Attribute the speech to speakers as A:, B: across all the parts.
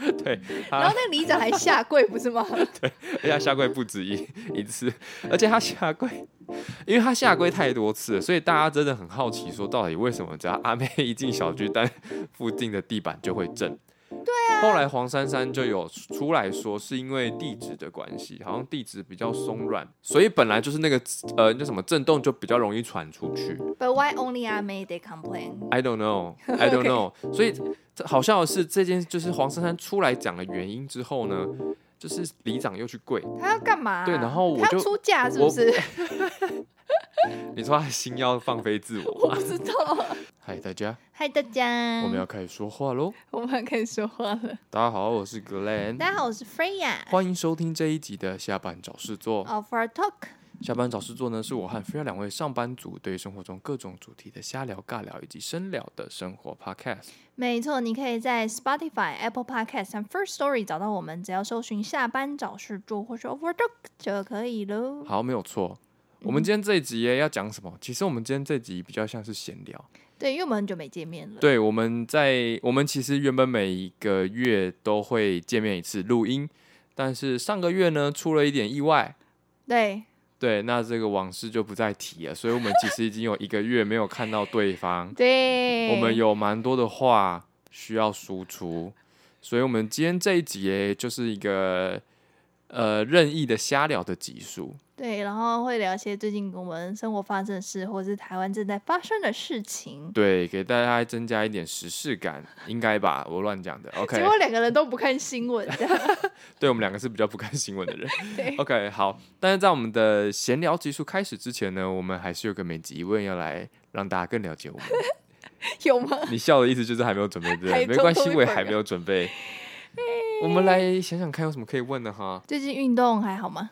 A: 对，
B: 然
A: 他
B: 后那个里长还下跪，不是吗？
A: 而且他下跪不止一一次，而且他下跪，因为他下跪太多次了，所以大家真的很好奇，说到底为什么只要阿妹一进小巨蛋附近的地板就会震？对啊。后来黄珊珊就有出来说，是因为地质的关系，好像地质比较松软，所以本来就是那个呃叫什么震动就比较容易传出去。
B: But why only I made they complain？
A: I don't know, I don't know 所以这好笑的是，这件就是黄珊珊出来讲了原因之后呢，就是里长又去跪，
B: 他要干嘛啊、
A: 对然后我
B: 他
A: 就
B: 要出嫁是不是？
A: 你说他心要放飞自我
B: 我
A: 吗
B: 不？知道。
A: 嗨，大家，
B: 嗨，大家，
A: 我们要开始说话喽！
B: 我们可以说话了。
A: 大家好，我是 Glenn，
B: 大家好，我是 Freya
A: 欢迎收听这一集的下班找事做。
B: of our talk。
A: 下班找事做呢，是我和菲亚两位上班族对生活中各种主题的瞎聊、尬聊以及深聊的生活 Podcast。
B: 没错，你可以在 Spotify、Apple Podcast 和 First Story 找到我们，只要搜寻“下班找事做”或是 “Over Talk” 就可以喽。
A: 好，没有错。我们今天这一集耶要讲什么？其实我们今天这集比较像是闲聊。
B: 对，因为我们很久没见面了。
A: 对，我们在我们其实原本每一个月都会见面一次录音，但是上个月呢出了一点意外，
B: 对，
A: 对，那这个往事就不再提了。所以我们其实已经有一个月没有看到对方
B: 对，
A: 我们有蛮多的话需要输出，所以我们今天这一集耶就是一个呃任意的瞎聊的集数。
B: 对，然后会聊一些最近我们生活发生的事，或是台湾正在发生的事情。
A: 对，给大家增加一点时事感，应该吧？我乱讲的。OK，
B: 结果两个人都不看新闻，这样
A: 对我们两个是比较不看新闻的人。
B: 对
A: OK，好，但是在我们的闲聊集数开始之前呢，我们还是有个每集一问要来让大家更了解我们。
B: 有吗？
A: 你笑的意思就是还没有准备，对不对？
B: 还
A: 没关
B: 偷
A: 系，
B: 偷
A: 我也
B: 一会儿啊哎
A: 还没有准备。我们来想想看有什么可以问的哈。
B: 最近运动还好吗？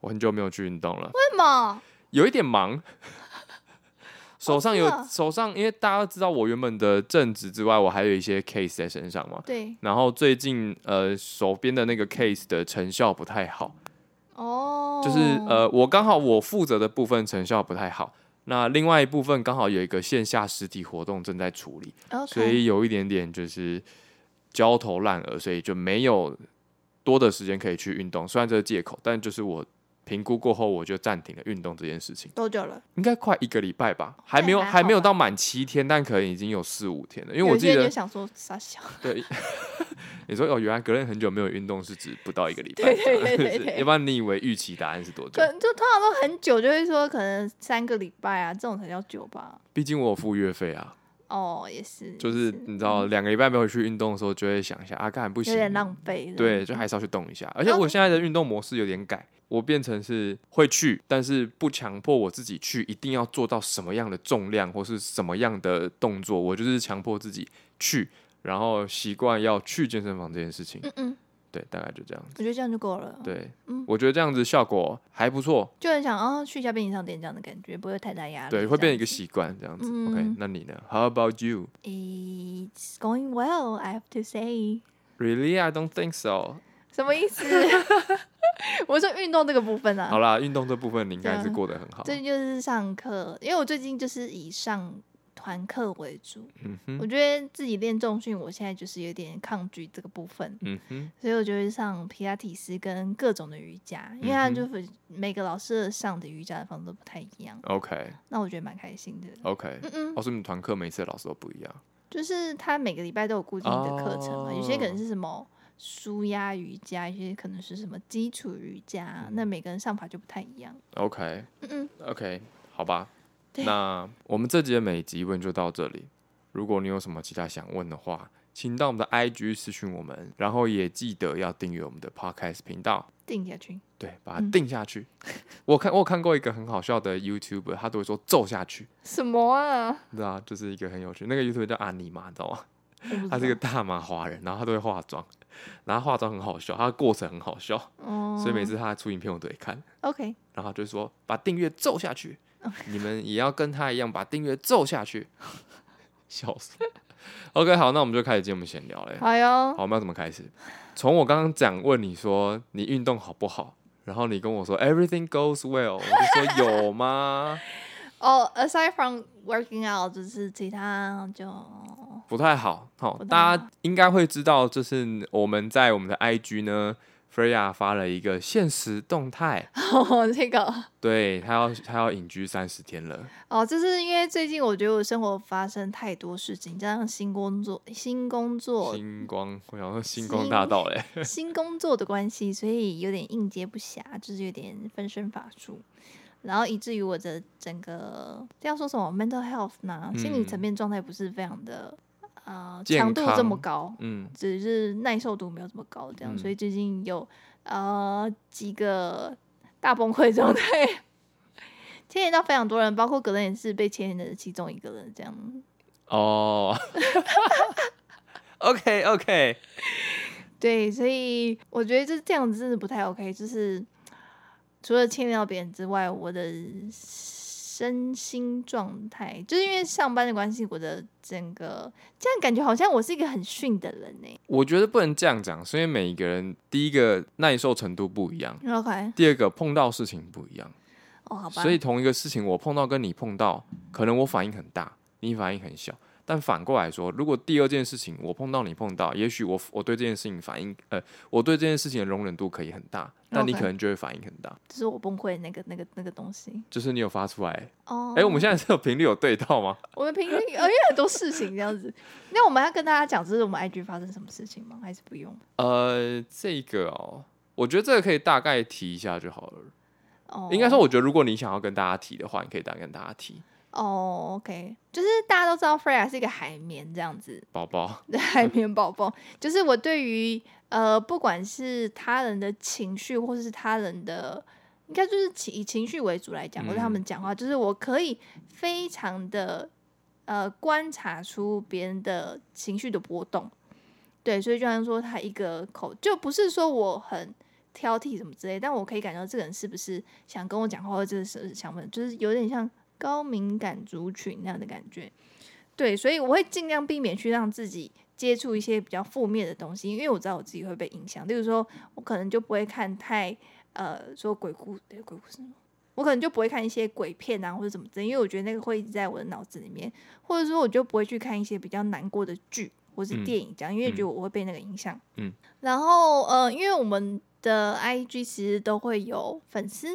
A: 我很久没有去运动了，
B: 为什么？
A: 有一点忙，手上有
B: 哦真的啊
A: 手上，因为大家都知道我原本的正职之外，我还有一些 case 在身上嘛。
B: 对，
A: 然后最近呃手边的那个 case 的成效不太好，
B: 哦，
A: 就是，呃，我刚好我负责的部分成效不太好，那另外一部分刚好有一个线下实体活动正在处理，
B: 哦
A: 所以有一点点就是焦头烂额，所以就没有多的时间可以去运动。虽然这是借口，但就是我评估过后，我就暂停了运动这件事情，
B: 多久了？
A: 应该快一个礼拜吧，还没有
B: 这也还好
A: 还没有
B: 吧
A: 到满七天，但可能已经有四五天了，因为我
B: 有
A: 记
B: 些
A: 得
B: 人就想说傻笑，
A: 对， 你说哦，原来隔人很久没有运动是指不到一个礼拜
B: 对
A: 这样，
B: 对对对
A: 是
B: 对
A: 要不然你以为预期答案是多久
B: 可？能就通常都很久，就会说可能三个礼拜啊，这种才叫久吧。
A: 毕竟我有付月费啊，
B: 哦，也是，
A: 就是
B: 也
A: 你知道两个礼拜没有去运动的时候，就会想一下啊，干不
B: 嗯有
A: 行，
B: 点浪费。
A: 对，，就还是要去动一下。而且
B: 然后
A: 我现在的运动模式有点改，我变成是会去，但是不强迫我自己去，一定要做到什么样的重量或是什么样的动作，我就是强迫自己去，然后习惯要去健身房这件事情。
B: 嗯嗯，
A: 对，大概就这样子。
B: 我觉得这样就够了。，
A: 对，
B: 嗯
A: 我觉得这样子效果还不错，
B: 就很想啊、哦去一下便利商店这样的感觉，不会有太大压力。
A: 对，会变一
B: 一个。
A: 个习惯这样子。OK，
B: 嗯
A: 那你呢？How about you?
B: It's going well, I have to say。
A: Really? I don't think so.
B: 什么意 思？我说运动这个部分啊
A: 好，啦，运动这部分你应该是
B: 对啊
A: 过得很好。
B: 最近就是上课，因为我最近就是以上团课为主。
A: 嗯哼，
B: 我觉得自己练重训，我现在就是有点抗拒这个部分，
A: 嗯哼，
B: 所以我就会上皮拉提斯跟各种的瑜伽，因为它
A: 嗯哼
B: 就是每个老师上的瑜伽的方式都不太一样，
A: OK
B: 那我觉得蛮开心的。
A: OK。
B: 嗯嗯，
A: 哦，所以你们团课每次的老师都不一样。
B: 就是他每个礼拜都有固定的课程嘛，有些可
A: 哦
B: 能是什么舒压瑜伽，有些可能是什么基础瑜
A: 嗯
B: 伽，那每个人上法就不太一样。
A: OK
B: 嗯嗯，
A: OK，好吧。
B: 对
A: 那我们这集的每集问就到这里。如果你有什么其他想问的话，请到我们的 IG 私讯我们，然后也记得要订阅我们的 Podcast 频道。
B: 定下去，
A: 对，把它
B: 嗯
A: 定下去。我看我有看过一个很好笑的 YouTube，他都会说揍下去，
B: 什么啊？
A: 你知道，就是一个很有趣。那个 YouTube 叫阿尼玛，你知道吗？
B: 我不知
A: 他是一个
B: 道，
A: 大马华人，然后他都会化妆，然后他化妆很好笑，他的过程很好笑，
B: 哦
A: 所以每次他出影片我都会看。
B: OK，
A: 然后他就说把订阅揍下去，你们也要跟他一样把订阅揍下去， 笑死。OK，好，那我们就开始今天我们闲聊嘞。
B: 好哟，
A: 好，我们要怎么开始？从我刚刚讲问你说你运动好不好，然后你跟我说 everything goes well，我就说有吗？
B: 哦、a s i d e from working out，就是其他就
A: 不太好。好、
B: 不太
A: 大
B: 好
A: 家应该会知道，就是我们在我们的 IG 呢，Freya 发了一个现实动态，
B: 哦，这个
A: 对他要他要隐居三十天了。
B: 哦，就是因为最近我觉得我生活发生太多事情，加上新工作、新工作、
A: 星光，我想说星光大道嘞，
B: 新工作的关系，所以有点应接不暇，就是有点分身乏术。然后以至于我的整个要说什么 mental health 呢，心理层
A: 嗯
B: 面状态不是非常的呃
A: 健
B: 强度这么
A: 康
B: 高，
A: 嗯，
B: 只是耐受度没有这么高，这样，所以最近有呃几个大崩溃状态， 牵连到非常多人，包括格伦也是被牵连的其中一个人，这样。
A: 哦 ，OK OK，
B: 对，所以我觉得就是这样子真的不太 OK，就是除了牵连到别人之外，我的身心状态，就是因为上班的关系，我的整个这样感觉好像我是一个很逊的人欸呢、
A: 我觉得不能这样讲，是因为每一个人第一个耐受程度不一样，
B: OK，
A: 第二个碰到事情不一样。
B: 哦，好吧，
A: 所以同一个事情，我碰到跟你碰到，可能我反应很大，你反应很小。但反过来说，如果第二件事情我碰到你碰到，也许我我对这件事情反应，呃，我对这件事情的容忍度可以很大，但你
B: OK
A: 可能就会反应很大。
B: 就是我崩溃的那个那个那个东西。
A: 就是你有发出来，哎、
B: 哦，
A: 我们现在这个频率有对到吗？
B: 我们平均呃，因为很多事情这样子，那我们要跟大家讲，这是我们 IG 发生什么事情吗？还是不用？
A: 呃，这个哦，我觉得这个可以大概提一下就好了。
B: 哦，
A: 应该说，我觉得如果你想要跟大家提的话，你可以大概跟大家提。
B: 哦，OK，就是大家都知道 Freya 是一个海绵这样子，
A: 宝宝，
B: 海绵宝宝，就是我对于呃，不管是他人的情绪，或是他人的，应该就是情以情绪为主来讲，
A: 嗯
B: 我对他们讲话，就是我可以非常的呃观察出别人的情绪的波动。对，所以就像说他一个口，就不是说我很挑剔什么之类，但我可以感觉到这个人是不是想跟我讲话，或者是不是想问，就是有点像高敏感族群那样的感觉。对，所以我会尽量避免去让自己接触一些比较负面的东西，因为我知道我自己会被影响。例如说，我可能就不会看太呃说鬼故诶鬼故事吗，我可能就不会看一些鬼片啊或者怎么之类，因为我觉得那个会一直在我的脑子里面，或者说我就不会去看一些比较难过的剧或是
A: 嗯
B: 电影这样，因为觉得我会被那个影响。
A: 嗯，
B: 然后呃，因为我们的 IG 其实都会有粉丝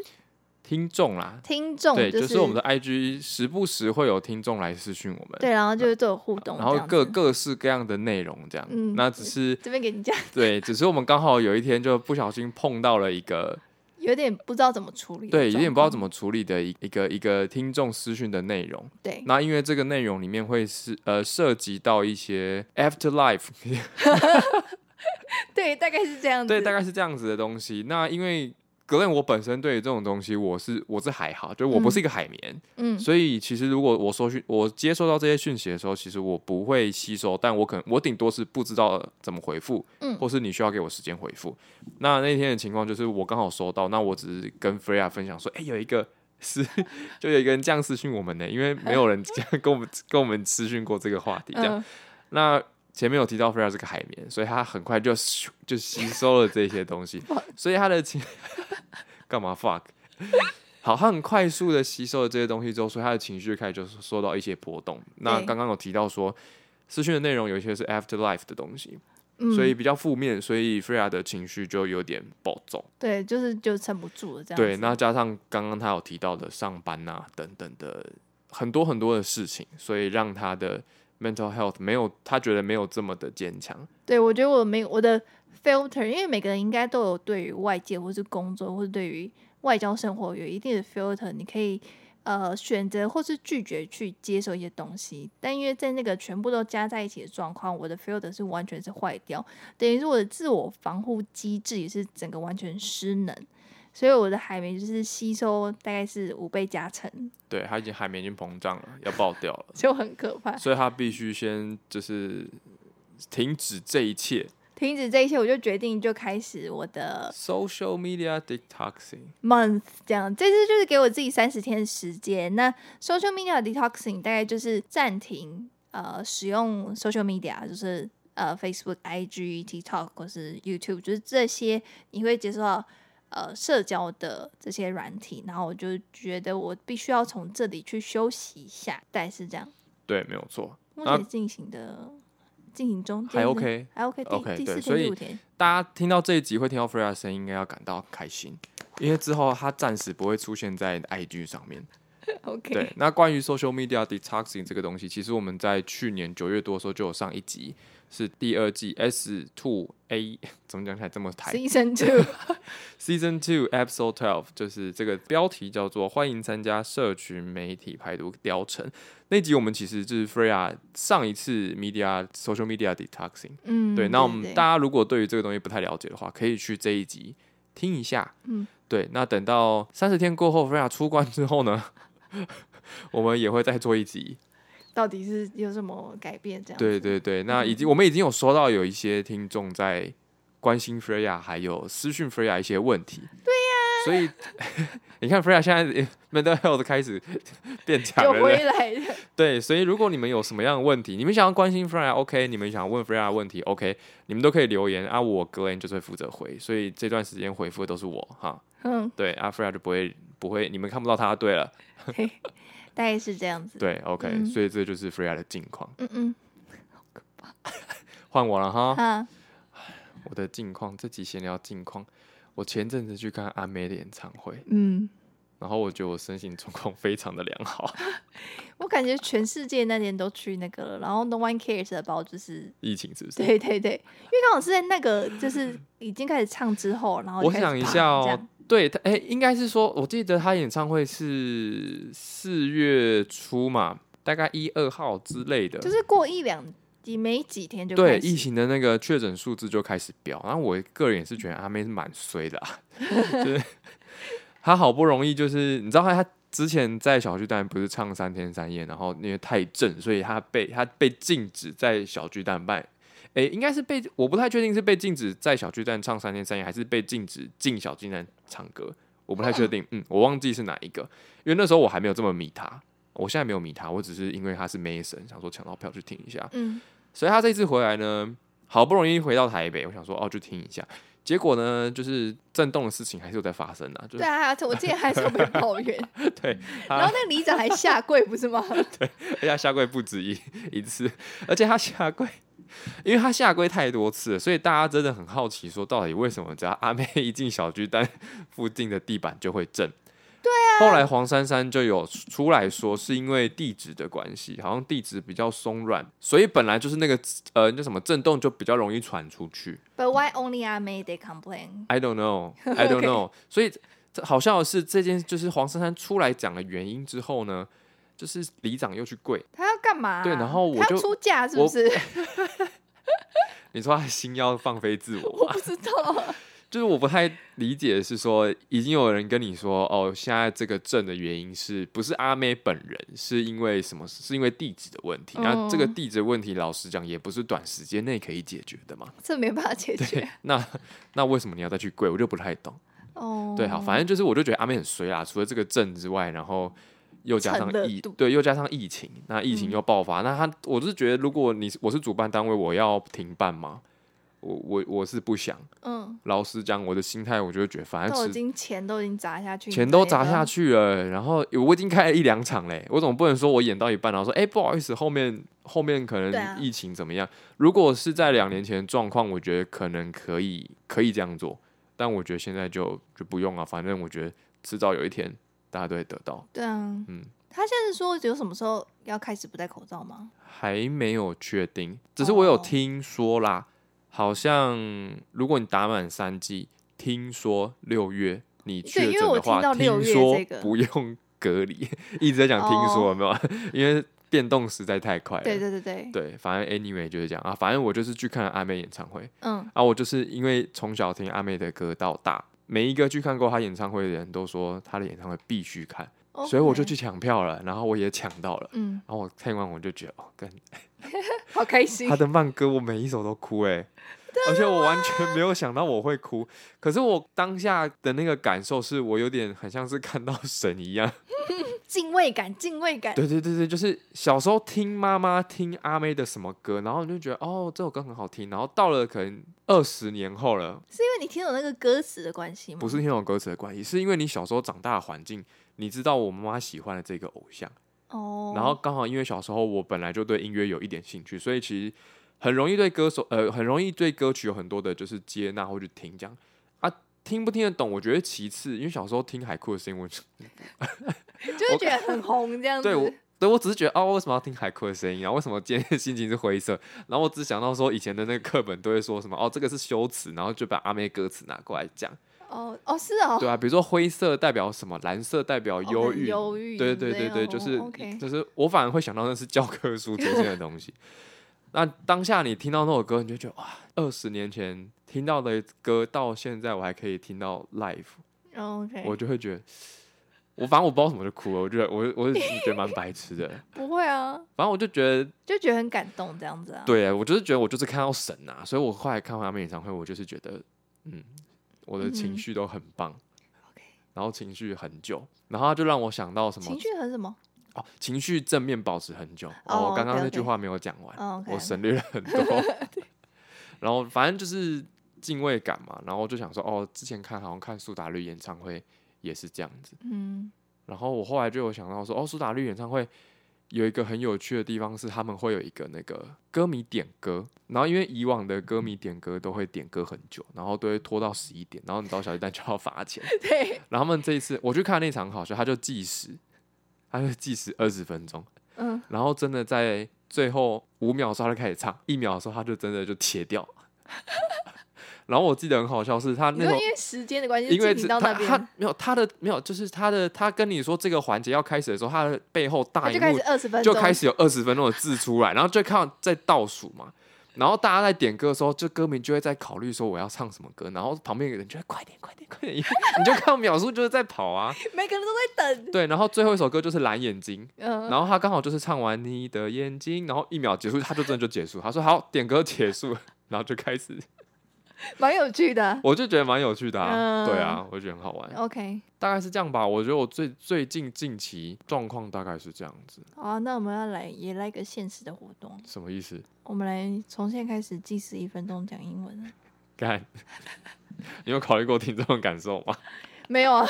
A: 听众啦，
B: 听众，
A: 对，
B: 就
A: 就是我们的 IG 时不时会有听众来私讯我们。
B: 对，然后就是都有互动
A: 嗯
B: 这
A: 然
B: 样子，
A: 后各各式各样的内容这样。
B: 嗯
A: 那只是
B: 这边给你讲，
A: 对，只是我们刚好有一天就不小心碰到了一个
B: 有点不知道怎么处理，
A: 对，有点不知道怎
B: 么
A: 么处理的一一个一个听众私讯的内容。
B: 对。
A: 那因为这个内容里面会是呃涉及到一些 afterlife，
B: 对，大概是这样子。
A: 对，大概是这样子的东西。那因为格伦，我本身对于这种东西，我是我是还好，就我不是一个海绵，
B: 嗯，
A: 所以其实如果我收讯，我接收到这些讯息的时候，其实我不会吸收，但我可能我顶多是不知道怎么回复，
B: 嗯
A: 或是你需要给我时间回复。那那天的情况就是我刚好收到，那我只是跟 Freya 分享说，哎、有一个私， 就有一个人这样私讯我们呢、因为没有人 这样跟我们跟我们私讯过这个话题，这样。
B: 嗯，
A: 那前面有提到 Freya 是个海绵，所以他很快就咻就吸收了这些东西
B: Fuck，
A: 所以他的情干嘛 fuck？好，他很快速的吸收了这些东西之后，所以他的情绪开始就受到一些波动。那
B: 对
A: 刚刚有提到说，私讯的内容有一些是 afterlife 的东西，
B: 嗯
A: 所以比较负面，所以 Freya 的情绪就有点暴走。
B: 对，就是就撑不住了这样子。
A: 对，那加上刚刚他有提到的上班呐、等等的很多很多的事情，所以让他的 mental health 没有他觉得没有这么的坚强。
B: 对我觉得我没有我的 filter，因为每个人应该都有对于外界或是工作或是对于外交生活有一定的 filter，你可以呃选择或是拒绝去接受一些东西。但因为在那个全部都加在一起的状况，我的 filter 是完全是坏掉，等于是我的自我防护机制也是整个完全失能。所以我的海绵就是吸收大概是五倍加成，
A: 对，它已经海绵已经膨胀了，要爆掉了，
B: 就很可怕。
A: 所以它必须先就是停止这一切
B: 停止这一切，我就决定就开始我的
A: social media detoxing。
B: month 这样，这次就是给我自己三十天的时间。那 social media detoxing 大概就是暂停呃使用 social media，就是呃 Facebook、IG、TikTok 或是 YouTube，就是这些你会接触到呃社交的这些软体。然后我就觉得我必须要从这里去休息一下，大概是这样。
A: 对，没有错。
B: 目
A: 那
B: 前进行的进行中，
A: 还 OK
B: 还 OK，第
A: OK，
B: 第
A: 对
B: 四
A: 所
B: 天第
A: 以
B: 五天，
A: 大家听到这一集会听到 Freya 的声音，应该要感到开心，因为之后他暂时不会出现在 IG 上面。
B: OK，
A: 对，那关于 social media detoxing 这个东西，其实我们在去年九月多的时候就有上一集，是第二季 S Two A 怎么讲起来这么台
B: Season Two，
A: Season Two Episode Twelve，就是这个标题叫做“欢迎参加社群媒体排毒疗程”。那集我们其实就是 Freya 上一次 media social media detoxing。
B: 嗯，
A: 对，那我们
B: 对
A: 大家如果对于这个东西不太了解的话，可以去这一集听一下。
B: 嗯，
A: 对。那等到三十天过后，Freya 出关之后呢， 我们也会再做一集。
B: 到底是有什么改变？这样嗯
A: 对对对，那已经我们已经有收到有一些听众在关心 Freya，还有私讯 Freya 一些问题。对呀、所以 你看 Freya 现在 mental health 开始 变强
B: 就
A: 了。对不对
B: 回来了，
A: 对，所以如果你们有什么样的问题，你们想要关心 Freya，OK，、你们想问 Freya 的问题，OK，你们都可以留言啊，我 Glenn 就是会负责回，所以这段时间回复的都是我哈。
B: 嗯，
A: 对，啊 Freya 就不会不会，你们看不到他，对了，
B: 嘿大概是这样子。，
A: 对，OK，、
B: 嗯
A: 所以这就是 Freya 的近况，
B: 嗯嗯，
A: 换我了哈，
B: 啊，
A: 我的近况，这集闲聊近况，我前阵子去看阿妹的演唱会，
B: 嗯，
A: 然后我觉得我身心状况非常的良好，
B: 我感觉全世界那天都去那个了，然后 No One Cares 的包就是。
A: 疫情是不是？
B: 对对对，因为刚好是在那个就是已经开始唱之后，然后就
A: 我
B: 开始
A: 想一
B: 啪
A: 下
B: 这
A: 哦
B: 样，
A: 对他，哎、应该是说，我记得他演唱会是四月初嘛，大概一二号之类的。
B: 就是过一两几没几天就
A: 对
B: 开
A: 疫
B: 始，
A: 情的那个确诊数字就开始飙，然后我个人也是觉得
B: 嗯
A: 阿妹是蛮衰的、啊， 就是她好不容易就是你知道她她之前在小巨蛋不是唱三天三夜，然后因为太正，所以她被她被禁止在小巨蛋办，诶、应该是被我不太确定是被禁止在小巨蛋唱三天三夜，还是被禁止进小巨蛋唱歌，我不太确 定，嗯，我忘记是哪一个，因为那时候我还没有这么迷她。我现在没有迷她，我只是因为她是 Mason，想说抢到票去听一下。
B: 嗯，
A: 所以他这次回来呢，好不容易回到台北，我想说哦，就听一下。结果呢，就是震动的事情还是有在发生啊，就
B: 对
A: 是
B: 啊，我记得还是有被抱 怨，
A: 对，
B: 然后那个里长还下跪 不是吗？
A: 而且他下跪不止一一次，而且他下跪，因为他下跪太多次了，所以大家真的很好奇，说到底为什么只要阿妹一进小巨蛋附近的地板就会震？对啊。后来黄珊珊就有出来说，是因为地质的关系，好像地质比较松软，所以本来就是那个呃那什么震动就比较容易传出去。
B: But why only I made they complain？
A: I don't know, I don't
B: OK
A: know 所以这好笑的是，这件就是黄珊珊出来讲了原因之后呢，就是里长又去跪，
B: 他要干嘛啊、
A: 对然后我
B: 他
A: 就
B: 要出嫁是不
A: 我
B: 是？
A: 你说他心要放飞自我
B: 我
A: 吗？
B: 不知道，
A: 就是我不太理解，是说已经有人跟你说，哦，现在这个症的原因是不是阿妹本人，是因为什么？是因为地址的问题。那这个
B: 嗯
A: 地址的问题，老实讲，也不是短时间内可以解决的嘛。
B: 这没办法解
A: 对
B: 决。，
A: 那那为什么你要再去跪？我就不太懂。
B: 哦，
A: 对，好，反正就是我就觉得阿妹很衰啦，除了这个症之外，然后又加上
B: 蹭热
A: 疫
B: 度，
A: 对，又加上疫情，那疫情
B: 嗯
A: 又爆发，那他我是觉得，如果你是我是主办单位，我要停办吗？我我我是不想，
B: 嗯，
A: 老实讲，我的心态我就会觉得，反
B: 都已
A: 正是
B: 经钱都已经砸下去，
A: 钱都砸下，去了，然后我已经开了一两场嘞，我总不能说我演到一半然后说，哎、不好意思，后面后面可
B: 对啊
A: 能疫情怎么样？如果是在两年前的状况，我觉得可能可以可以这样做，但我觉得现在就就不用啊，反正我觉得迟早有一天大家都会得到，
B: 对啊，
A: 嗯，
B: 他现在是说有什么时候要开始不戴口罩吗？
A: 还没有确定，只是我有
B: 哦
A: 听说啦，好像如果你打满三剂，听说六月你确诊
B: 因为我
A: 的话，
B: 听到六月
A: 说
B: 这个
A: 不用隔离，一直在讲听说
B: 哦
A: 有没有？ 因为变动实在太快了。
B: 对对对对，
A: 哎对反正 anyway 就是这样啊，反正我就是去看了阿妹演唱会
B: 嗯，
A: 啊，我就是因为从小听阿妹的歌到大，每一个去看过她演唱会的人都说她的演唱会必须看，所以我就
B: OK，
A: 去抢票了，然后我也抢到了。
B: 嗯，
A: 然后我看完我就觉得，哦，跟
B: 好开心
A: 他，的慢歌，我每一首都哭哎、而且我完全没有想到我会哭。可是我当下的那个感受是我有点很像是看到神一样。
B: 敬畏感，敬畏感，
A: 对对对对，就是小时候听妈妈听阿妹的什么歌，然后你就觉得哦这首歌很好听，然后到了可能二十年后了，
B: 是因为你听懂那个歌词的关系吗？
A: 不是，听懂歌词的关系，是因为你小时候长大的环境，你知道我妈妈喜欢的这个偶像。
B: 哦，
A: 然后刚好因为小时候我本来就对音乐有一点兴趣，所以其实很容易对歌手呃，很容易对歌曲有很多的就是接纳或者听这样啊，听不听得懂，我觉得其次，因为小时候听海哭的声音，我就
B: 嗯就会觉得 很红这样子。
A: 对我对我只是觉得哦，为什么要听海哭的声音啊？为什么今天的心情是灰色？然后我只想到说以前的那个课本都会说什么哦，这个是修辞，然后就把阿妹歌词拿过来讲，
B: 哦哦是哦，
A: 对啊，比如说灰色代表什么，蓝色代表忧
B: 很
A: 郁，
B: 哦忧郁
A: 对
B: 之
A: 对
B: 类
A: 对
B: 的
A: 对，
B: 哦
A: 就是、
B: OK
A: 就是我反而会想到那是教科书出现的东西。 那当下你听到那首歌，你就觉得哇，二十年前听到的歌，到现在我还可以听到 live，
B: OK，
A: 我就会觉得，我反正我不知道什么就哭了，我觉得我我是觉得蛮白痴 的，
B: 不会啊，
A: 反正我就觉得，
B: 就觉得很感动这样子啊。
A: 对我就是觉得我就是看到神呐、啊，所以我后来看完他们演唱会，我就是觉得，嗯，我的
B: 嗯
A: 情绪都很棒，
B: ，OK，
A: 然后情绪很久，然后他就让我想到什么
B: 情绪很什么？
A: 哦，情绪正面保持很久。
B: 哦
A: 哦，刚刚那
B: OK，OK
A: 句话没有讲完，
B: 哦，OK
A: 我省略了很 多。然后反正就是敬畏感嘛，然后就想说，哦，之前看好像看苏打绿演唱会也是这样子。
B: 嗯，
A: 然后我后来就有想到说，哦，苏打绿演唱会有一个很有趣的地方是，他们会有一个那个歌迷点歌，然后因为以往的歌迷点歌都会点歌很久，然后都会拖到十一点，然后你找小鸡蛋就要罚钱。
B: 对，
A: 然后他们这一次我去看那场好像他就计时，他就计时二十分钟。
B: 嗯，
A: 然后真的在最后五秒的时候他就开始唱，一秒的时候他就真的就切掉。 然后我记得很好笑是，他
B: 你
A: 那
B: 说
A: 时候
B: 因为时间的关系，
A: 因为
B: 进
A: 只
B: 行到
A: 他
B: 那
A: 他
B: 边，
A: 没有他的没有，就是他的他跟你说这个环节要开始的时候，他的背后大
B: 他就
A: 荧
B: 开
A: 幕
B: 始嗯二十分
A: 就
B: 钟，
A: 开始有二十分钟的字出来，然后就看到在倒数嘛。然后大家在点歌的时候，就歌迷就会在考虑说我要唱什么歌，然后旁边有人就会快点快点快 点，你就看到秒数就是在跑啊。
B: 每个人都在等。
A: 对，然后最后一首歌就是《蓝眼睛》，
B: 嗯，
A: 然后他刚好就是唱完你的眼睛，然后一秒结束，他就真的就结束。他说好，点歌结束， 然后就开始，
B: 蛮有趣的。
A: 我就觉得蛮有趣的啊，
B: 嗯
A: 对啊，我觉得很好玩，
B: OK，
A: 大概是这样吧。我觉得我最最近近期状况大概是这样子，
B: 好啊、那我们要来也来一个现实的活动，
A: 什么意思？
B: 我们来从现在开始计时一分钟讲英文啊。
A: 干， 你有考虑过听众的感受吗？
B: 没有啊，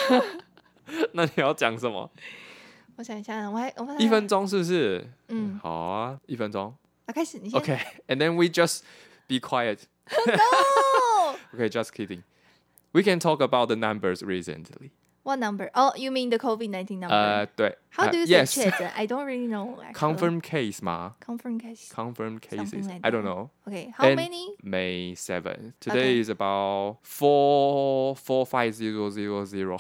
A: 那你要讲什么？
B: 我想一下，我还我们
A: 一分钟是不是？
B: 嗯
A: 好啊，一分钟。
B: 啊，开始你先。
A: Okay，and then we just be quiet. Okay, just kidding. We can talk about the numbers recently.
B: What number? Oh, you mean the COVID nineteen number?
A: 呃，对。
B: How
A: 呃
B: do you say
A: yes,
B: chat? I don't really know. actually.
A: confirm case 吗
B: confirm case.
A: ？Confirm
B: Something
A: cases.
B: like
A: I don't
B: that.
A: know.
B: Okay, how
A: And-
B: many?
A: May seventh. Today
B: Okay.
A: is about four four five zero zero zero.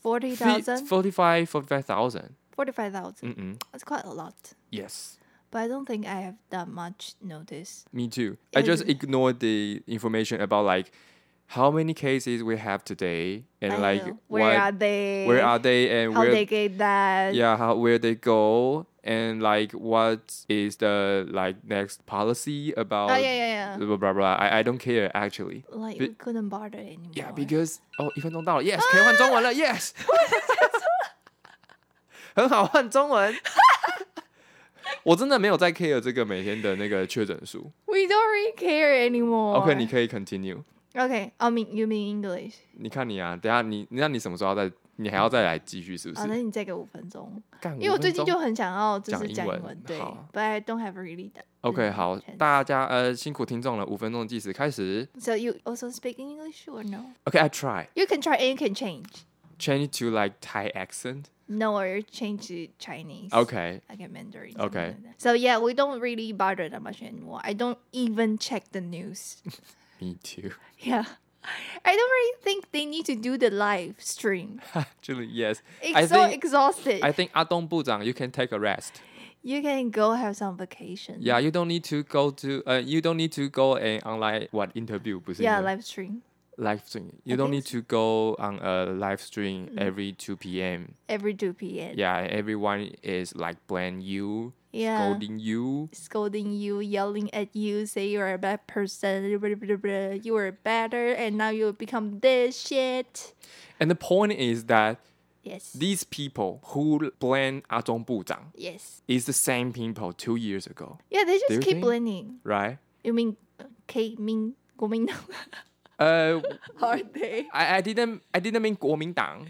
B: Forty thousand,
A: Forty five forty five thousand.
B: forty-five thousand.
A: 嗯嗯。
B: That's quite a lot.
A: Yes.
B: But I don't think I have that much notice.
A: Me too. I
B: Yeah,
A: just
B: yeah.
A: ignored the information about like how many cases we have today and
B: I
A: like
B: know. where
A: what
B: are they?
A: where are they and
B: How
A: where
B: they get that?
A: yeah how where they go and like what is the like next policy about
B: Oh yeah, yeah, yeah.
A: blah blah blah. I I don't care actually.
B: Like
A: Be-
B: we couldn't bother anymore.
A: Yeah, because 哦，一分钟到了 ，Yes，可以换中文了，Yes，很好，换中 文。我真的没有在 care 这个每天的那个确诊数。
B: we don't really care anymore.
A: OK，你可以 continue。
B: Okay, I mean you mean English.
A: 你看你啊，等一下你，那你什么时候要再，你还要再来继续是不
B: 啊，
A: 是？
B: 那 Uh, 你再给我五分钟，
A: 干
B: 因为我最近
A: 5分
B: 就
A: 钟
B: 很想要就
A: 讲
B: 是
A: 英
B: 讲英
A: 文
B: 文，对
A: 好
B: ，But I don't have really that.
A: OK 好，大家呃辛苦听众了，五分钟的计时开始。
B: So you also speak English or no?
A: OK，I、try
B: You can try and you can change.
A: change to like Thai accent。
B: No, or change to Chinese.
A: OK
B: I get
A: Okay.
B: Mandarin. something like that. So yeah, we don't really bother that much anymore. I don't even check the news.
A: me too。
B: yeah. I don't really think they need to do the live stream.
A: Actually yes。
B: It's
A: I
B: so
A: think
B: exhausted.
A: I think Ah 阿东部长，you can take a rest。
B: you can go have some vacation.
A: Yeah, you don't need to go to uh, you don't need to go an online what interview 不是
B: Yeah, live stream
A: live stream. You
B: I
A: don't need
B: think Mm.
A: to go on a live stream every two p.m.
B: every 2 p.m.
A: Yeah, everyone is like blame you,
B: Yeah.
A: scolding you.
B: Scolding you, yelling at you, say you're a bad person, blah, blah, blah, blah, you were better, and now you become this shit.
A: And the point is that
B: Yes.
A: these people who Ah blame 阿中部长
B: yes.
A: is the same people two years ago,
B: Yeah, they
A: Do you
B: just keep
A: think?
B: blaming.
A: right?
B: You mean K mean Kuomintang?
A: Uh,
B: Are they?
A: I, I didn't I didn't mean 国民党,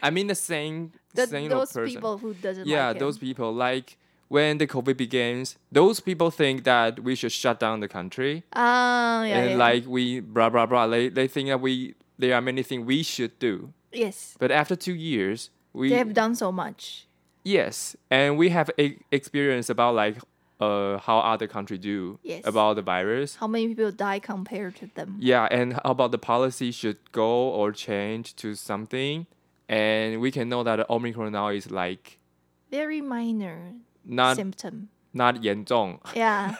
A: I mean the same
B: The,
A: same
B: those
A: person.
B: people who doesn't
A: yeah
B: like
A: those
B: him.
A: people like when the COVID begins, those people think that we should shut down the country
B: 啊，yeah, Oh,
A: and
B: yeah,
A: like we blah blah blah. They, they think that we there are many things we should do.
B: yes,
A: But after two years, we
B: they have done so much.
A: yes, and we have a experience about like uh how other country do
B: Yes.
A: about the virus.
B: How many people die compared to them?
A: Yeah, and how about the policy should go or change to something? And we can know that the Omicron now is like
B: Very minor
A: not
B: symptom.
A: not 严重.
B: Yeah,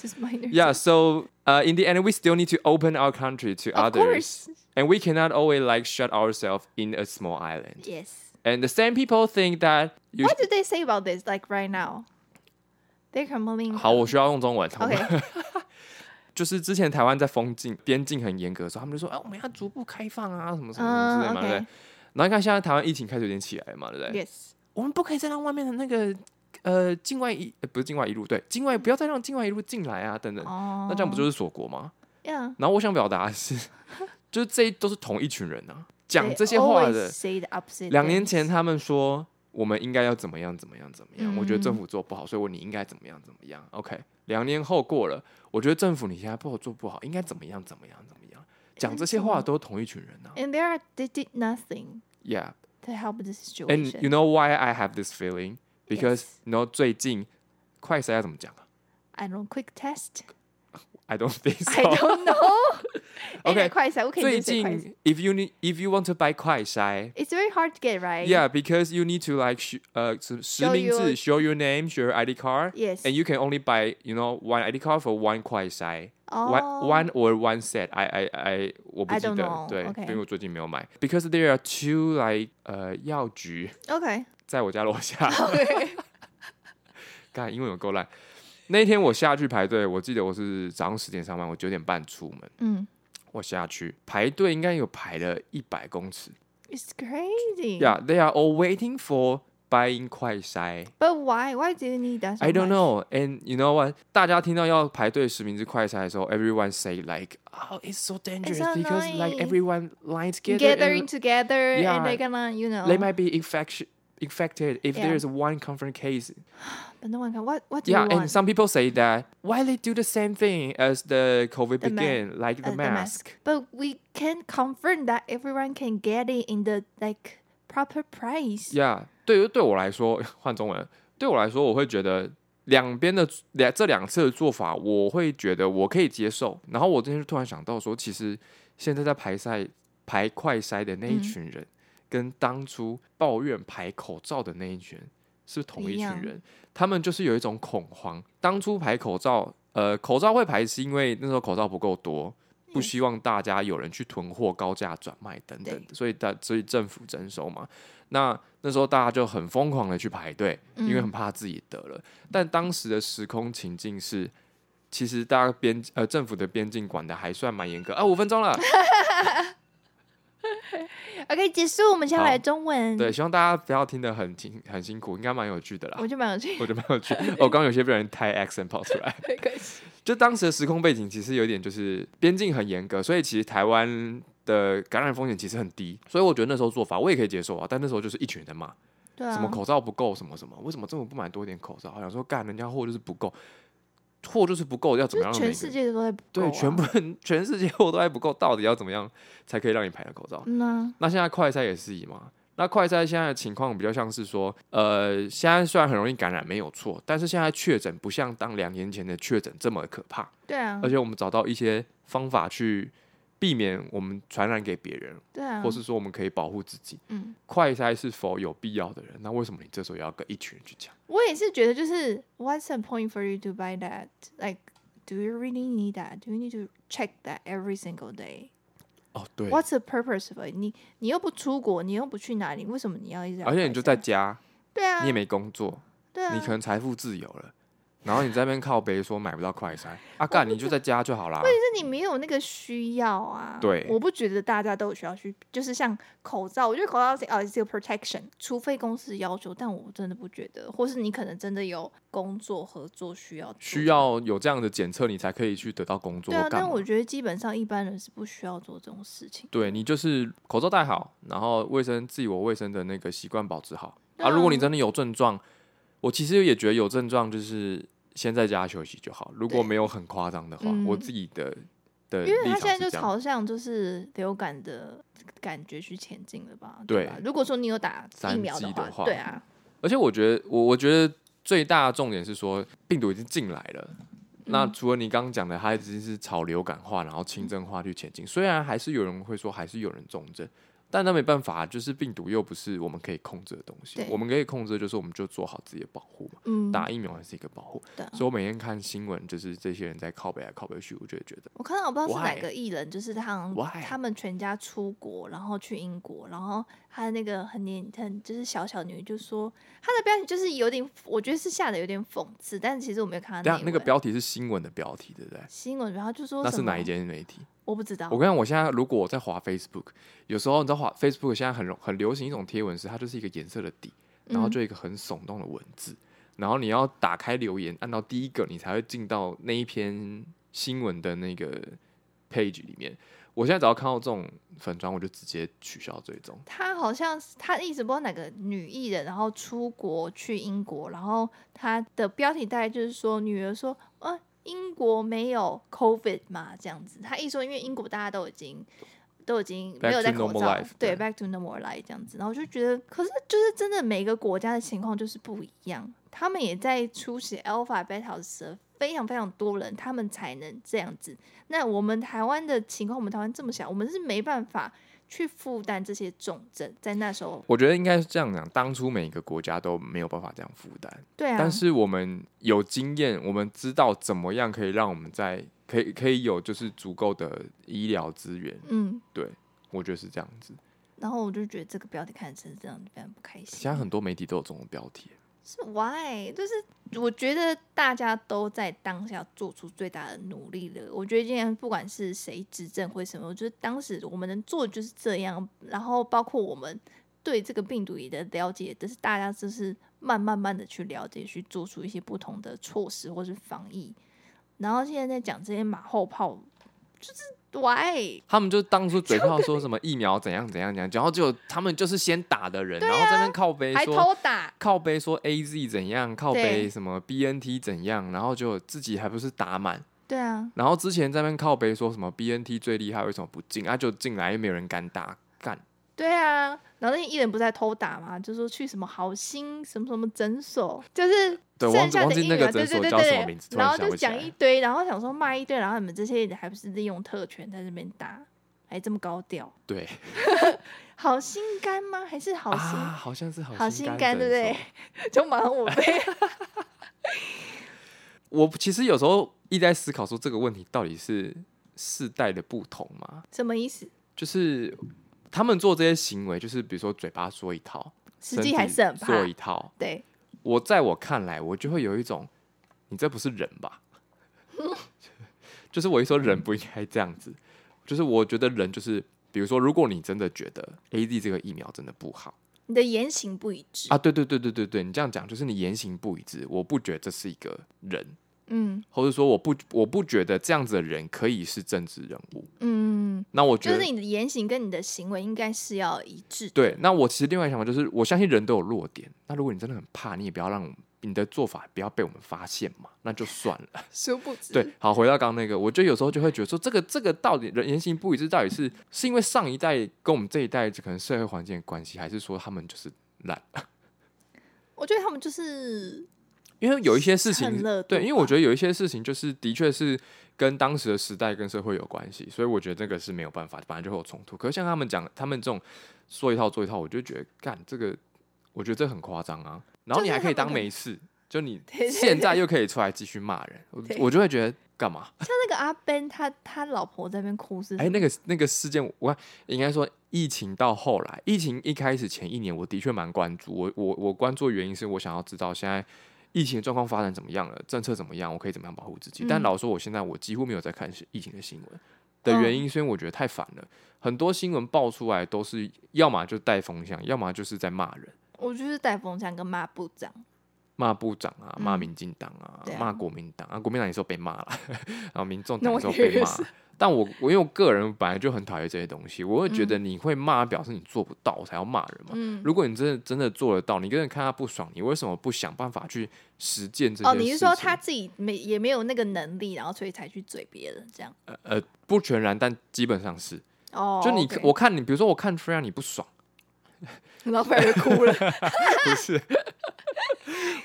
B: just minor.
A: Yeah, so uh, in the end, we still need to open our country to
B: of
A: others,
B: course.
A: and we cannot always like shut ourselves in a small island.
B: Yes.
A: And the same people think that you.
B: What do they say about this? Like right now, they're complaining.
A: 好，我需要用中文。好吗
B: Okay.
A: 就是之前台湾在封禁边境很严格的时候，他们就说啊，我们要逐步开放啊，什么什么什么之类嘛，对
B: 嗯
A: 不
B: ，OK
A: 对？然后你看现在台湾疫情开始有点起来了嘛，对不对？
B: Yes.
A: 我们不可以再让外面的那个呃境外一、呃不是境外一路，对，境外不要再让境外一路进来啊，等等。
B: 哦，
A: 那这样不就是锁国吗？
B: Oh, Yeah.
A: 然后我想表达的是， 就是这都是同一群人啊，讲
B: They
A: 这些话
B: always
A: 的。
B: say the opposite
A: 两年
B: things.
A: 前他们说我们应该要怎么样怎么样怎么样，我觉得
B: 嗯
A: 政府做不好，所以我你应该怎么样怎么样。OK，两年后过了，我觉得政府你现在不好做不好，应该怎么样怎么样怎么样。讲这些话都是同一群人呐、
B: and they are they did nothing
A: Yeah,
B: to help the situation.
A: and you know why I have this feeling? Because you know 最近快筛要怎么讲啊
B: I don't quick test.
A: ？I don't think
B: I
A: so.
B: don't know.
A: Okay,
B: And 快筛，we can
A: 最
B: just say 快筛。
A: 近 if you need if you want to buy 快筛
B: It's very hard to get right.
A: Yeah, because you need to like sh- uh 实实
B: Show
A: 名
B: your-
A: 制 show your name, show your ID card.
B: Yes.
A: And you can only buy, you know, one ID card for one 快筛。
B: Oh.
A: One one or one set. I I I 我不
B: I
A: 记
B: don't
A: 得
B: know.，
A: 对
B: Okay.，
A: 因为我最近没有买。Because there are two like 呃药局
B: Okay.
A: 在我家楼下。干，英文有够烂。那天我下去排队，我记得我是早上十点上班，我九点半出门，
B: 嗯
A: 我下去排队应该有排了一百公尺。
B: 嗯，It's crazy.
A: Yeah, they are all waiting for buying 快筛。
B: But why? Why do you need that? so
A: I don't
B: much?
A: know, and you know what? 大家听到要排队实名制快筛的时候，everyone say like, "Oh, it's so dangerous
B: so
A: because like
B: annoying.
A: everyone lines together
B: Gathering
A: and
B: together and
A: Yeah.
B: they're gonna, you know.
A: they might be infection infected if
B: Yeah.
A: there's one confirmed case."
B: But no one can. What? What do
A: Yeah,
B: you
A: and
B: want?
A: some people say that why they do the same thing as the COVID
B: The ma-
A: began, like
B: Uh,
A: the mask.
B: But we can confirm that everyone can get it in the like proper price.
A: Yeah，对于对我来说， 换中文，对我来说，我会觉得两边的两这两次的做法，我会觉得我可以接受。然后我今天就突然想到说，其实现在在排赛排快筛的那一
B: 嗯
A: 群人，跟当初抱怨排口罩的那一群人是同
B: 不一
A: 一群
B: 样
A: 人，他们就是有一种恐慌。当初排口罩，呃，口罩会排是因为那时候口罩不够多。不希望大家有人去囤货、高价转卖等等的，所以大所以政府征收嘛。那那时候大家就很疯狂的去排队，因为
B: 嗯
A: 很怕自己得了。但当时的时空情境是，其实大家边呃政府的边境管的还算蛮严格啊，五分钟了。
B: OK，结束，我们先
A: 好
B: 来中文。
A: 对，，希望大家不要听得很辛很辛苦，应该蛮有趣的啦
B: 我。就蛮 有趣。
A: 我觉得蛮有趣。哦，刚刚有些被人太 accent 跑出来。
B: 没关系。
A: 就当时的时空背景其实有点就是边境很严格，所以其实台湾的感染风险其实很低，所以我觉得那时候做法我也可以接受啊。但那时候就是一群人嘛，
B: 对啊。
A: 什么口罩不够，什么什么，为什么政府不买多一点口罩？好像说干人家货就是不够，货就是不够，要怎么样让每个人？
B: 全世界都在不够
A: 对，
B: 啊
A: 全部人全世界货都还不够，到底要怎么样才可以让你排到口罩？
B: 嗯呐，
A: 那现在快筛也是一嘛？那快筛现在的情况比较像是说，呃，现在虽然很容易感染没有错，但是现在确诊不像当两年前的确诊这么可怕，
B: 对啊
A: 而，且我们找到一些方法去避免我们传染给别人，
B: 对啊，
A: 或是说我们可以保护自己。
B: 嗯，
A: 快筛是否有必要的人？那为什么你这时候也要跟一群人去讲？
B: 我也是觉得就是 What's the point for you to buy that? Like, do you really need that? Do you need to check that every single day?
A: 哦，对
B: What's the purpose of it? 你你又不出国，你又不去哪里，为什么你要一直？
A: 而且你就在，家，
B: 对啊，
A: 你也没工作，
B: 对啊，
A: 你可能财富自由了，然后你在那边靠背说买不到快筛，啊干，你就在家就好啦。
B: 但是你没有那个需要啊。
A: 对
B: 我不觉得大家都有需要去，就是像口罩，我觉得口罩是哦是个 protection，除非公司要求，但我真的不觉得，或是你可能真的有工作合作需要做
A: 需。要有这样的检测，你才可以去得到工作
B: 对
A: 或
B: 啊，
A: 干嘛。
B: 但我觉得基本上一般人是不需要做这种事情。
A: 对你就是口罩戴好，然后卫生自我卫生的那个习惯保持好
B: 对啊
A: 啊。如果你真的有症状，我其实也觉得有症状就是先在家休息就好，如果
B: 对
A: 没有很夸张的话，
B: 嗯
A: 我自己的的
B: 因为
A: 立
B: 他
A: 场
B: 现
A: 是
B: 在就
A: 这样
B: 朝向就是流感的感觉去前进了吧？
A: 对
B: 吧？如果说你有打疫
A: 三
B: 苗
A: 剂
B: 话，
A: 的话
B: 对啊，
A: 而且我觉得，我我觉得最大的重点是说，病毒已经进来了。那
B: 嗯
A: 除了你刚刚讲的，它已经是朝流感化，然后轻症化去前进。虽然还是有人会说，还是有人重症，但那没办法，啊就是病毒又不是我们可以控制的东西
B: 对。
A: 我们可以控制的就是我们就做好自己的保护嘛。
B: 嗯，
A: 打疫苗也是一个保护，
B: 对啊
A: 所以我每天看新闻，就是这些人在靠北来啊靠北去，我就会觉得
B: 我看到我不知道是哪
A: Why？
B: 个艺人，就是他好像
A: Why？
B: 他们全家出国，然后去英国，然后他的那个很年很就是小小女就说她的标题就是有点，我觉得是下的有点讽刺，但是其实我没有看，
A: 等
B: 到
A: 一下那个标题是新闻的标题，对不对？
B: 新闻，然后就说
A: 那
B: 什
A: 是
B: 么
A: 哪一？间媒体？
B: 我不知道
A: 我，跟你讲，我现在如果我在滑 Facebook，有时候你知道滑 Facebook 现在很容很流行一种贴文是它就是一个颜色的底，然后
B: 嗯
A: 就一个很耸动的文字，然后你要打开留言，按到第一个，你才会进到那一篇新闻的那个 page 里面。我现在只要看到这种粉砖，我就直接取消追踪。
B: 她好像是她一直不知道哪个女艺人，然后出国去英国，然后她的标题大概就是说女儿说，呃，英国没有 COVID 嘛这样子。她一说，因为英国大家都已经都已经
A: Back
B: 没有
A: to
B: 戴口
A: normal
B: 罩
A: life，
B: 对
A: 对
B: ，back to normal life 这样子。然后我就觉得，可是就是真的每个国家的情况就是不一样，他们也在出血 alpha beta 的时候非常非常多人，他们才能这样子。那我们台湾的情况，我们台湾这么小，我们是没办法去负担这些重症，在那时候，
A: 我觉得应该是这样讲，当初每个国家都没有办法这样负担，
B: 对啊，
A: 但是我们有经验，我们知道怎么样可以让我们在可以可以有就是足够的医疗资源，
B: 嗯，
A: 对，我觉得是这样子。
B: 然后我就觉得这个标题看成这样，非常不开心
A: 现。在很多媒体都有这种标题，
B: 是 why？就是我觉得大家都在当下做出最大的努力了。我觉得今天不管是谁执政或什么，我觉得当时我们能做的就是这样。然后包括我们对这个病毒也的了解，就是大家就是慢慢慢的去了解，去做出一些不同的措施或是防疫。然后现在在讲这些马后炮，就是 why？
A: 他们就当初嘴炮说什么疫苗怎样怎样怎样，然后就他们就是先打的人，然后在那边靠背
B: 啊还
A: 说
B: 偷打？
A: 靠背说 A Z 怎样，靠
B: 对
A: 背什么 B N T 怎样，然后就自己还不是打满，
B: 对啊，
A: 然后之前在那边靠背说什么 B N T 最厉害，为什么不进？啊，就进来又没有人敢打，干
B: 对啊，然后那些艺人不是在偷打嘛，就说去什么好心什么什么诊所，就是
A: 对
B: 剩
A: 忘
B: 下
A: 忘
B: 的
A: 记
B: 艺
A: 那个
B: 人，对
A: 诊
B: 对
A: 所
B: 对
A: 叫什么
B: 对
A: 名字，突
B: 然后
A: 然想
B: 就
A: 不起
B: 讲
A: 来
B: 一堆，然后想说骂一堆，然后你们这些人还不是利用特权在这边打，还这么高调，
A: 对
B: 好心肝吗？还是好
A: 啊，
B: 心、
A: 好像是
B: 好
A: 好
B: 心
A: 心
B: 肝，对不
A: 诊
B: 对
A: 所？
B: 就马上我被
A: 我其实有时候一直在思考说这个问题到底是世代的不同吗？
B: 什么意思？
A: 就是他们做这些行为，就是比如说嘴巴说一套，
B: 实际还是
A: 身
B: 很
A: 体
B: 怕，
A: 说一套。
B: 对，
A: 我在我看来，我就会有一种，你这不是人吧？ 就是我一说人不应该这样子，就是我觉得人就是，比如说，如果你真的觉得 A Z 这个疫苗真的不好
B: 你的言行不一致，
A: 啊，对对对对对对，你这样讲就是你言行不一致，我不觉得这是一个人，
B: 嗯
A: 或者说我不我不觉得这样子的人可以是政治人物。
B: 嗯，
A: 那我觉
B: 就
A: 得
B: 是你的言行跟你的行为应该是要一致的，
A: 对，那我其实另外一个想法就是，我相信人都有弱点。那如果你真的很怕，你也不要让我们你的做法不要被我们发现嘛，那就算了。
B: 殊不知
A: 对，好，回到刚刚那个，我就有时候就会觉得说，这个这个到底人言行不一致，到底是是因为上一代跟我们这一代可能社会环境的关系，还是说他们就是懒？
B: 我觉得他们就是
A: 因为有一些事
B: 趁
A: 情
B: 热，
A: 对，
B: 度
A: 因为
B: 吧
A: 我觉得有一些事情就是的确是跟当时的时代跟社会有关系，所以我觉得这个是没有办法，本来就会有冲突。可是像他们讲，他们这种说一套做一套，我就觉得干这个，我觉得这很夸张啊。然后
B: 就是
A: 你还可以
B: 他
A: 当
B: 们可
A: 没事，就你
B: 对对
A: 现在又可以出来继续骂人，我
B: 对
A: 我就会觉得干嘛？
B: 像那个阿 Ben，他他老婆在那边哭是什
A: 哎、
B: 么？
A: 那个那个事件，我看应该说疫情到后来，疫情一开始前一年，我的确蛮关注。我我我关注的原因是我想要知道现在疫情的状况发展怎么样了，政策怎么样，我可以怎么样保护自己。但
B: 嗯
A: 老实说，我现在我几乎没有在看疫情的新闻的
B: 嗯
A: 原因，是因为我觉得太烦了。很多新闻爆出来都是要么就带风向，要么就是在骂人。
B: 我就是带风向跟骂部长，
A: 骂部长啊，骂
B: 嗯
A: 民进党啊
B: 对，啊
A: 骂、国民党啊，国民党有时候被骂了， 然后民众
B: 那
A: 党有
B: 我
A: 时候
B: 也
A: 被骂
B: 是。
A: 但我我因为我个人本来就很讨厌这些东西，我会觉得你会骂，表示你做不到才要骂人嘛。
B: 嗯，
A: 如果你真的真的做得到，你跟人看他不爽，你为什么不想办法去实践这些
B: 哦，
A: 事情？
B: 你是说他自己没也没有那个能力，然后所以才去嘴别人这样？
A: 呃呃不全然，但基本上是。
B: 哦，
A: 就你
B: OK
A: 我看你，比如说我看 Freya 你不 爽，
B: 老板就哭 了，
A: 不是，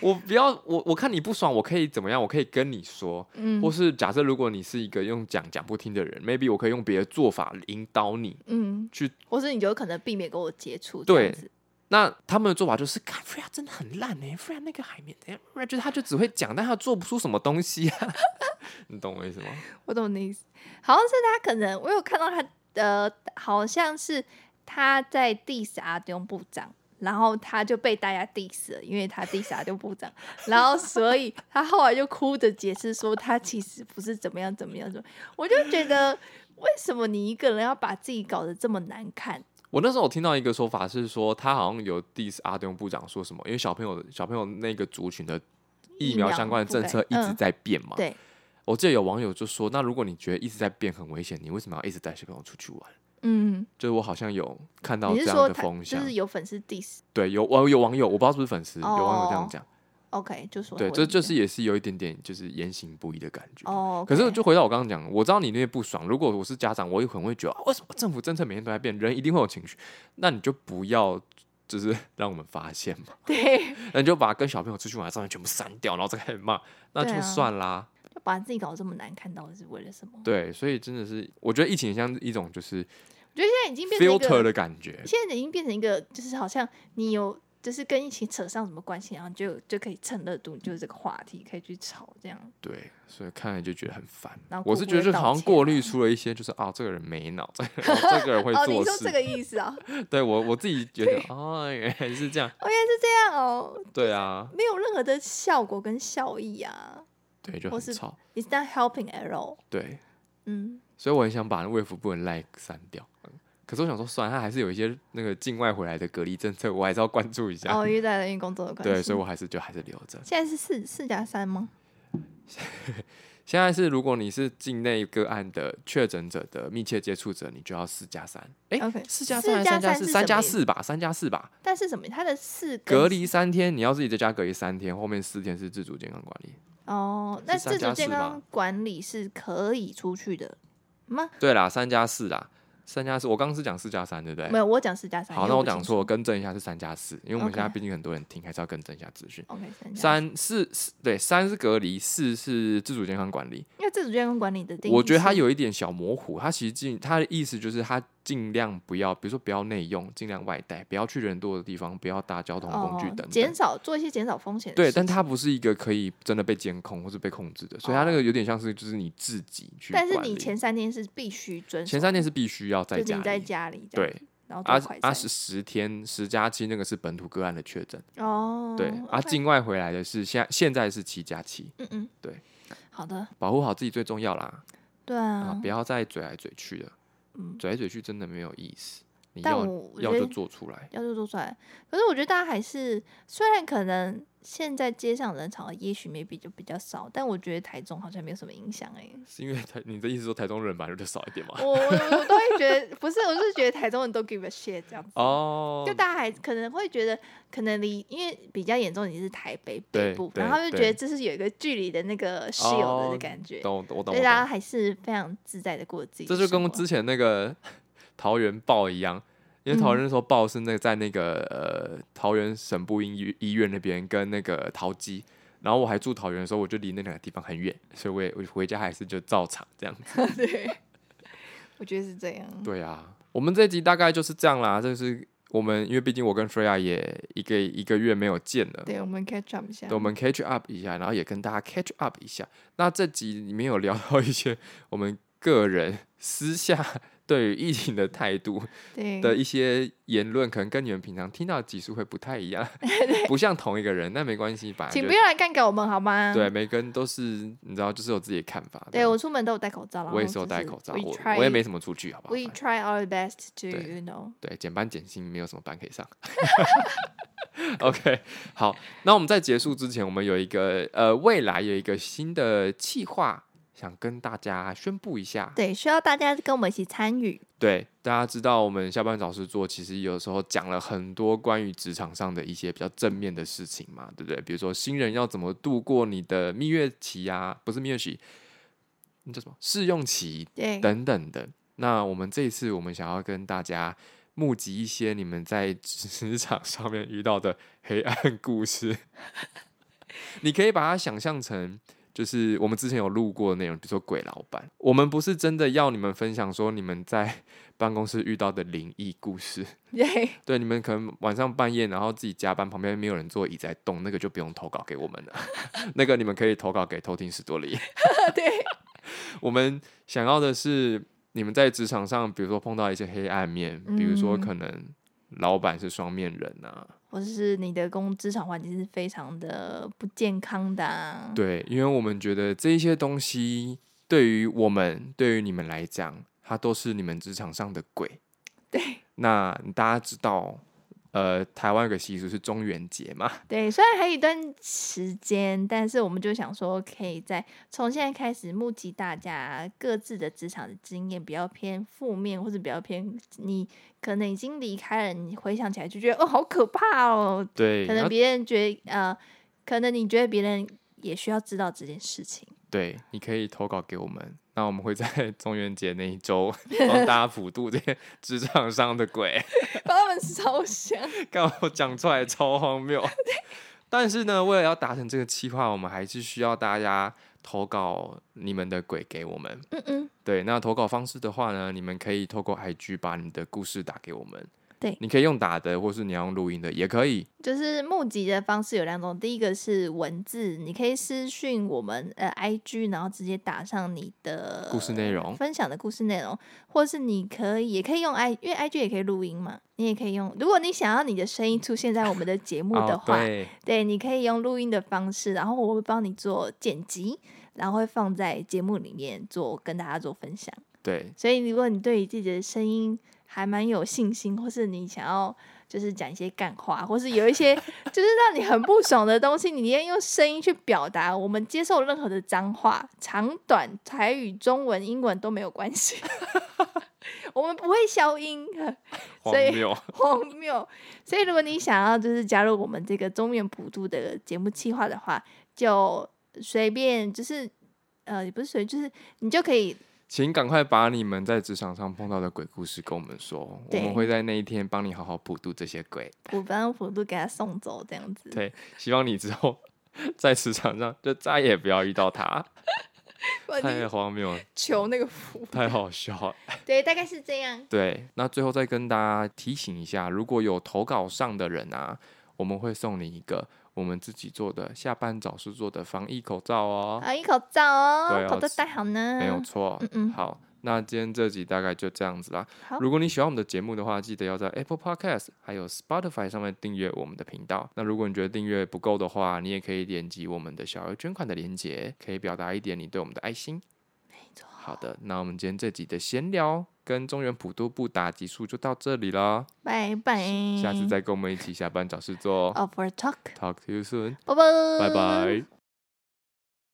A: 我不要我我看你不爽，我可以怎么样？我可以跟你说，
B: 嗯
A: 或是假设如果你是一个用讲讲不听的人，maybe 我可以用别的做法引导你
B: 嗯，
A: 去。
B: 或是你就可能避免跟我接触，
A: 对
B: 这样子
A: 那他们的做法就是，看 Freya 真的很烂哎、欸、，Freya 那个海绵，哎 Freya 就是他就只会讲，但他做不出什么东西啊， 你懂我意思吗？
B: 我懂你的意思。好像是他可能我有看到他呃，好像是他在 diss 阿东部长。然后他就被大家 diss 了，因为他 diss 阿东部长，然后所以他后来就哭着解释说他其实不是怎么样怎么样怎么样，我就觉得为什么你一个人要把自己搞得这么难看？
A: 我那时候我听到一个说法是说，他好像有 diss 阿东部长说什么，因为小朋友小朋友那个族群的疫苗相关的政策一
B: 疫苗覆盖嗯
A: 直在变嘛。
B: 对，
A: 我记得有网友就说，那如果你觉得一直在变很危险，你为什么要一直带小朋友出去玩？
B: 嗯，
A: 就是我好像有看到
B: 你
A: 这
B: 是
A: 样
B: 说
A: 的
B: 他
A: 风
B: 就
A: 向，
B: 是有粉丝 diss？
A: 对，有网有网友，我不知道是不是粉丝，有网友这
B: 哦
A: 样讲，
B: OK，就说
A: 对，
B: 回
A: 这
B: 你
A: 就是也是有一点点就是言行不一的感觉。
B: 哦，OK，
A: 可是就回到我刚刚讲，我知道你那些不爽。如果我是家长，我也很会觉得、啊为什么政府政策每天都在变，人一定会有情绪，那你就不要就是 让我们发现嘛，
B: 对，
A: 那你就把跟小朋友出去玩的照片全部删掉，然后再开始骂，那
B: 对
A: 就
B: 啊
A: 算啦。
B: 就把自己搞得这么难看，到底是为了什么？我
A: 对，所以真的是，我觉得疫情像一种就是
B: 觉得现在已经变成一
A: filter
B: 个，
A: 的感觉。
B: 现在已经变成一个，就是好像你有就是跟疫情扯上什么关系，然后就就可以蹭热度，就是这个话题可以去炒这样。
A: 对，所以看了就觉得很烦
B: 然后。
A: 我
B: 顾
A: 是
B: 不
A: 觉得
B: 会
A: 就
B: 道
A: 好像
B: 歉
A: 过
B: 啊
A: 滤出了一些，就是啊，这个人没脑，这个人、 哦这个人会
B: 哦，你
A: 做
B: 说
A: 事。
B: 这个意思啊？ 哦，
A: 对我我自己觉得啊，原来是这样。
B: 原来是这样哦，
A: 对啊，
B: 没有任何的效果跟效益啊
A: 对，就
B: 或
A: 很
B: 是
A: 吵。
B: ，Is that helping at all？
A: 对，
B: 嗯，
A: 所以我很想把那卫福部的 like 删掉。可是我想说，算了，他还是有一些那个境外回来的隔离政策，我还是要关注一下。
B: 哦，因为在因为工作的关系，
A: 啊对，所以我还是就还是留着。
B: 现在是四四加三吗？
A: 现在是如果你是境内个案的确诊者的密切接触者，你就要四加三。哎
B: OK，，
A: 四加
B: 四
A: 三还是
B: 加
A: 三加
B: 三
A: 四？
B: 是
A: 三
B: 什
A: 加
B: 么
A: 四吧，三加四吧。
B: 但是什么？它的四跟
A: 隔离三天，你要自己在家隔离三天，后面四天是自主健康管理。
B: 哦，那
A: 是三
B: 自主
A: 加
B: 健
A: 四吧
B: 康管理是可以出去的吗？
A: 对啦，三加四啦，三加四，我刚刚是讲四加三，对不
B: 没
A: 对？
B: 有，我讲四加三。
A: 哎好，
B: 因为
A: 那我
B: 不清
A: 讲
B: 楚
A: 错，。更正一下是三加四，因为我们
B: OK
A: 现在毕竟很多人听，还是要更正一下资讯。
B: OK，三加，
A: 三四四对三是隔离，四是自主健康管理。
B: 因为自主健康管理的定义，
A: 我觉得它，有一点小模糊，它其实尽它的意思就是它尽量不要，比如说不要内用，尽量外带，不要去人多的地方，不要搭交通工具
B: 哦
A: 等等。
B: 减少做一些减少风险的
A: 对，
B: 事
A: 但
B: 情哦
A: 它不是一个可以真的被监控或是被控制的，所以它那个有点像是就是你自己去管
B: 但
A: 理。
B: 是你前三天是必须遵守，
A: 前三天是必须要在
B: 就是
A: 家
B: 你
A: 里，
B: 在家里这样子
A: 对，
B: 然后
A: 啊
B: 做快
A: 啊
B: 筛
A: 十十天十加七那个是本土个案的确诊，
B: 哦，
A: 对啊
B: OK，
A: 境外回来的是现在现在是七加七，
B: 嗯嗯，
A: 对，
B: 好的，
A: 保护好自己最重要啦，
B: 对
A: 啊
B: 啊
A: 不，要再嘴来嘴去的，
B: 嗯
A: 嘴来嘴去真的没有意思，你
B: 但
A: 要
B: 我我
A: 要
B: 觉
A: 就
B: 得
A: 做出来，
B: 要做做出来。可是我觉得大家还是，虽然可能现在街上人潮也许 maybe 就比较少，但我觉得台中好像没有什么影响哎、
A: 是因为 台你的意思说台中人本来就少一点嘛？
B: 我我我都会觉得不是，我是觉得台中人都 give a shit 这样子。
A: 哦
B: 就，大家还可能会觉得，可能离因为比较严重，你是台北北
A: 对
B: 部，
A: 对
B: 然后他们就觉
A: 对
B: 得这是有一个距离的那个 shield 的
A: 哦
B: 感觉，
A: 懂我懂我懂
B: 所
A: 我
B: 以大家
A: 懂，
B: 还是非常自在的过自己的
A: 这
B: 生活。
A: 就 跟之前那个 桃园报一样。因为桃园那时候报是那个在那个呃桃园省部医院医院那边跟那个桃机，然后我还住桃园的时候，我就离那两个地方很远，所以我也我回家还是就照常这样子。
B: 对，我觉得是这样。
A: 对啊，我们这一集大概就是这样啦，这是我们因为毕竟我跟 Freya 也一个一个月没有见了，
B: 对，我们 catch up 一下
A: 对，。我们 catch up 一下，然后也跟大家 catch up 一下。那这集里面有聊到一些我们个人私下 对于疫情的态度
B: 对，
A: 的一些言论，可能跟你们平常听到的集数会不太一 样， 不像同一个人，那没关系吧？
B: 请
A: 就
B: 不要来干给我们好吗？
A: 对，每个人都是你知道，就是有自己的看法。
B: 对，我出门都有戴口罩，然后
A: 我也是有
B: 就
A: 戴
B: 是
A: 口罩，
B: we
A: 我
B: try,
A: 我也没什么出去，好不好？
B: We
A: 反正
B: try our best to
A: 对
B: you know
A: 对，减班减薪没有什么班可以上。 OK，好，那我们在结束之前，我们有一个呃，未来有一个新的计划，想跟大家宣布一下。
B: 对，需要大家跟我们一起参与。
A: 对，大家知道我们下班找事做，其实有时候讲了很多关于职场上的一些比较正面的事情嘛，对不对？比如说新人要怎么度过你的蜜月期啊，不是蜜月期，那叫什么试用期？
B: 对，
A: 等等的。那我们这一次，我们想要跟大家募集一些你们在职场上面遇到的黑暗故事。 你可以把它想象成，就是我们之前有录过的内容，比如说鬼老板。我们不是真的要你们分享说你们在办公室遇到的灵异故事，
B: 对，
A: 对，你们可能晚上半夜，然后自己加班，旁边没有人坐椅在动，那个就不用投稿给我们了。 那个你们可以投稿给偷听史多利。
B: 对，
A: 我们想要的是你们在职场上，比如说碰到一些黑暗面，比如说
B: 嗯
A: 可能老板是双面人啊，
B: 或者是你的工职场环境是非常的不健康的、啊。
A: 对，因为我们觉得这一些东西对于我们，对于你们来讲，它都是你们职场上的鬼。
B: 对
A: 那大家知道，呃，台湾有个习俗是中元节嘛，
B: 对，虽然还有一段时间，但是我们就想说，可以在从现在开始募集大家各自的职场的经验，比较偏负面，或者比较偏你可能已经离开了，你回想起来就觉得哦，好可怕哦。
A: 对，
B: 可
A: 然
B: 能
A: 后
B: 别人觉得呃，可能你觉得别人也需要知道这件事情。
A: 对，你可以投稿给我们，那我们会在 中元节那一 周帮大家普渡这些职场上的鬼。
B: 帮他们烧香。
A: 刚我讲出来超荒谬。但是呢，为了要达成这个计划，我们还是需要大家投稿你们的鬼给我们。
B: 嗯嗯，
A: 对，那投稿方式的话呢，你们可以透过 IG 把你的故事打给我们。
B: 对
A: 你可以用打的，或是你要用录音的也可以。
B: 就是募集的方式有两种，第一个是文字，你可以私讯我们呃 IG，然后直接打上你的
A: 故事内容，
B: 分享的故事内容，或是你可以也可以用 I，因为 IG 也可以录音嘛，你也可以用。如果你想要你的声音出现在我们的呃节目的
A: 哦，
B: 话，
A: 对，
B: 对，你可以用录音的方式，然后我会帮你做剪辑，然后会放在节目里面做跟大家做分享。
A: 对，
B: 所以，如果你对于自己的声音还蛮有信心，或是你想要就是讲一些干话，或是有一些就是让你很不爽的东西，你要用声音去表达。我们接受任何的脏话，长短、台语、中文、英文都没有关系， 我们不会消音。
A: 荒
B: 所以
A: 谬。
B: 荒谬。所以如果你想要就是加入我们这个中原普渡的节目计划的话，就随便就是呃也不是随便，就是你就可以
A: 请赶快把你们在职场上碰到的鬼故事跟我们说，我
B: 对
A: 们会在那一天帮你好好普渡这些鬼。
B: 普帮普渡给他送走这样 子。
A: 对，希望你之后在职场上就再也不要遇 到他，
B: 不然
A: 太
B: 呃你
A: 荒谬 了，
B: 求那个福。
A: 太好笑了。
B: 对，大概是这样。
A: 对，那最后再跟大家提醒一下，如果有投稿上的人啊，我们会送你一个我们自己做的下班早市做的防疫口罩哦，
B: 啊，一口罩哦
A: 对，哦
B: 口罩戴好呢。
A: 没有错。
B: 嗯嗯
A: 好，那今天这集大概就这样子啦。
B: 好，
A: 如果你喜欢我们的节目的话，记得要在 Apple Podcast 还有 Spotify 上面订阅我们的频道。那如果你觉得订阅不够的话，你也可以点击我们的小额捐款的链接，可以表达一点你对我们的爱心。
B: 没错，
A: 好的，那我们今天这集的闲聊跟中原普渡布达集数就到这里了，
B: 拜拜。嗯
A: 下次再跟我们一起下班找事做。
B: Over talk，
A: Talk to you soon，
B: 拜拜，
A: 拜拜。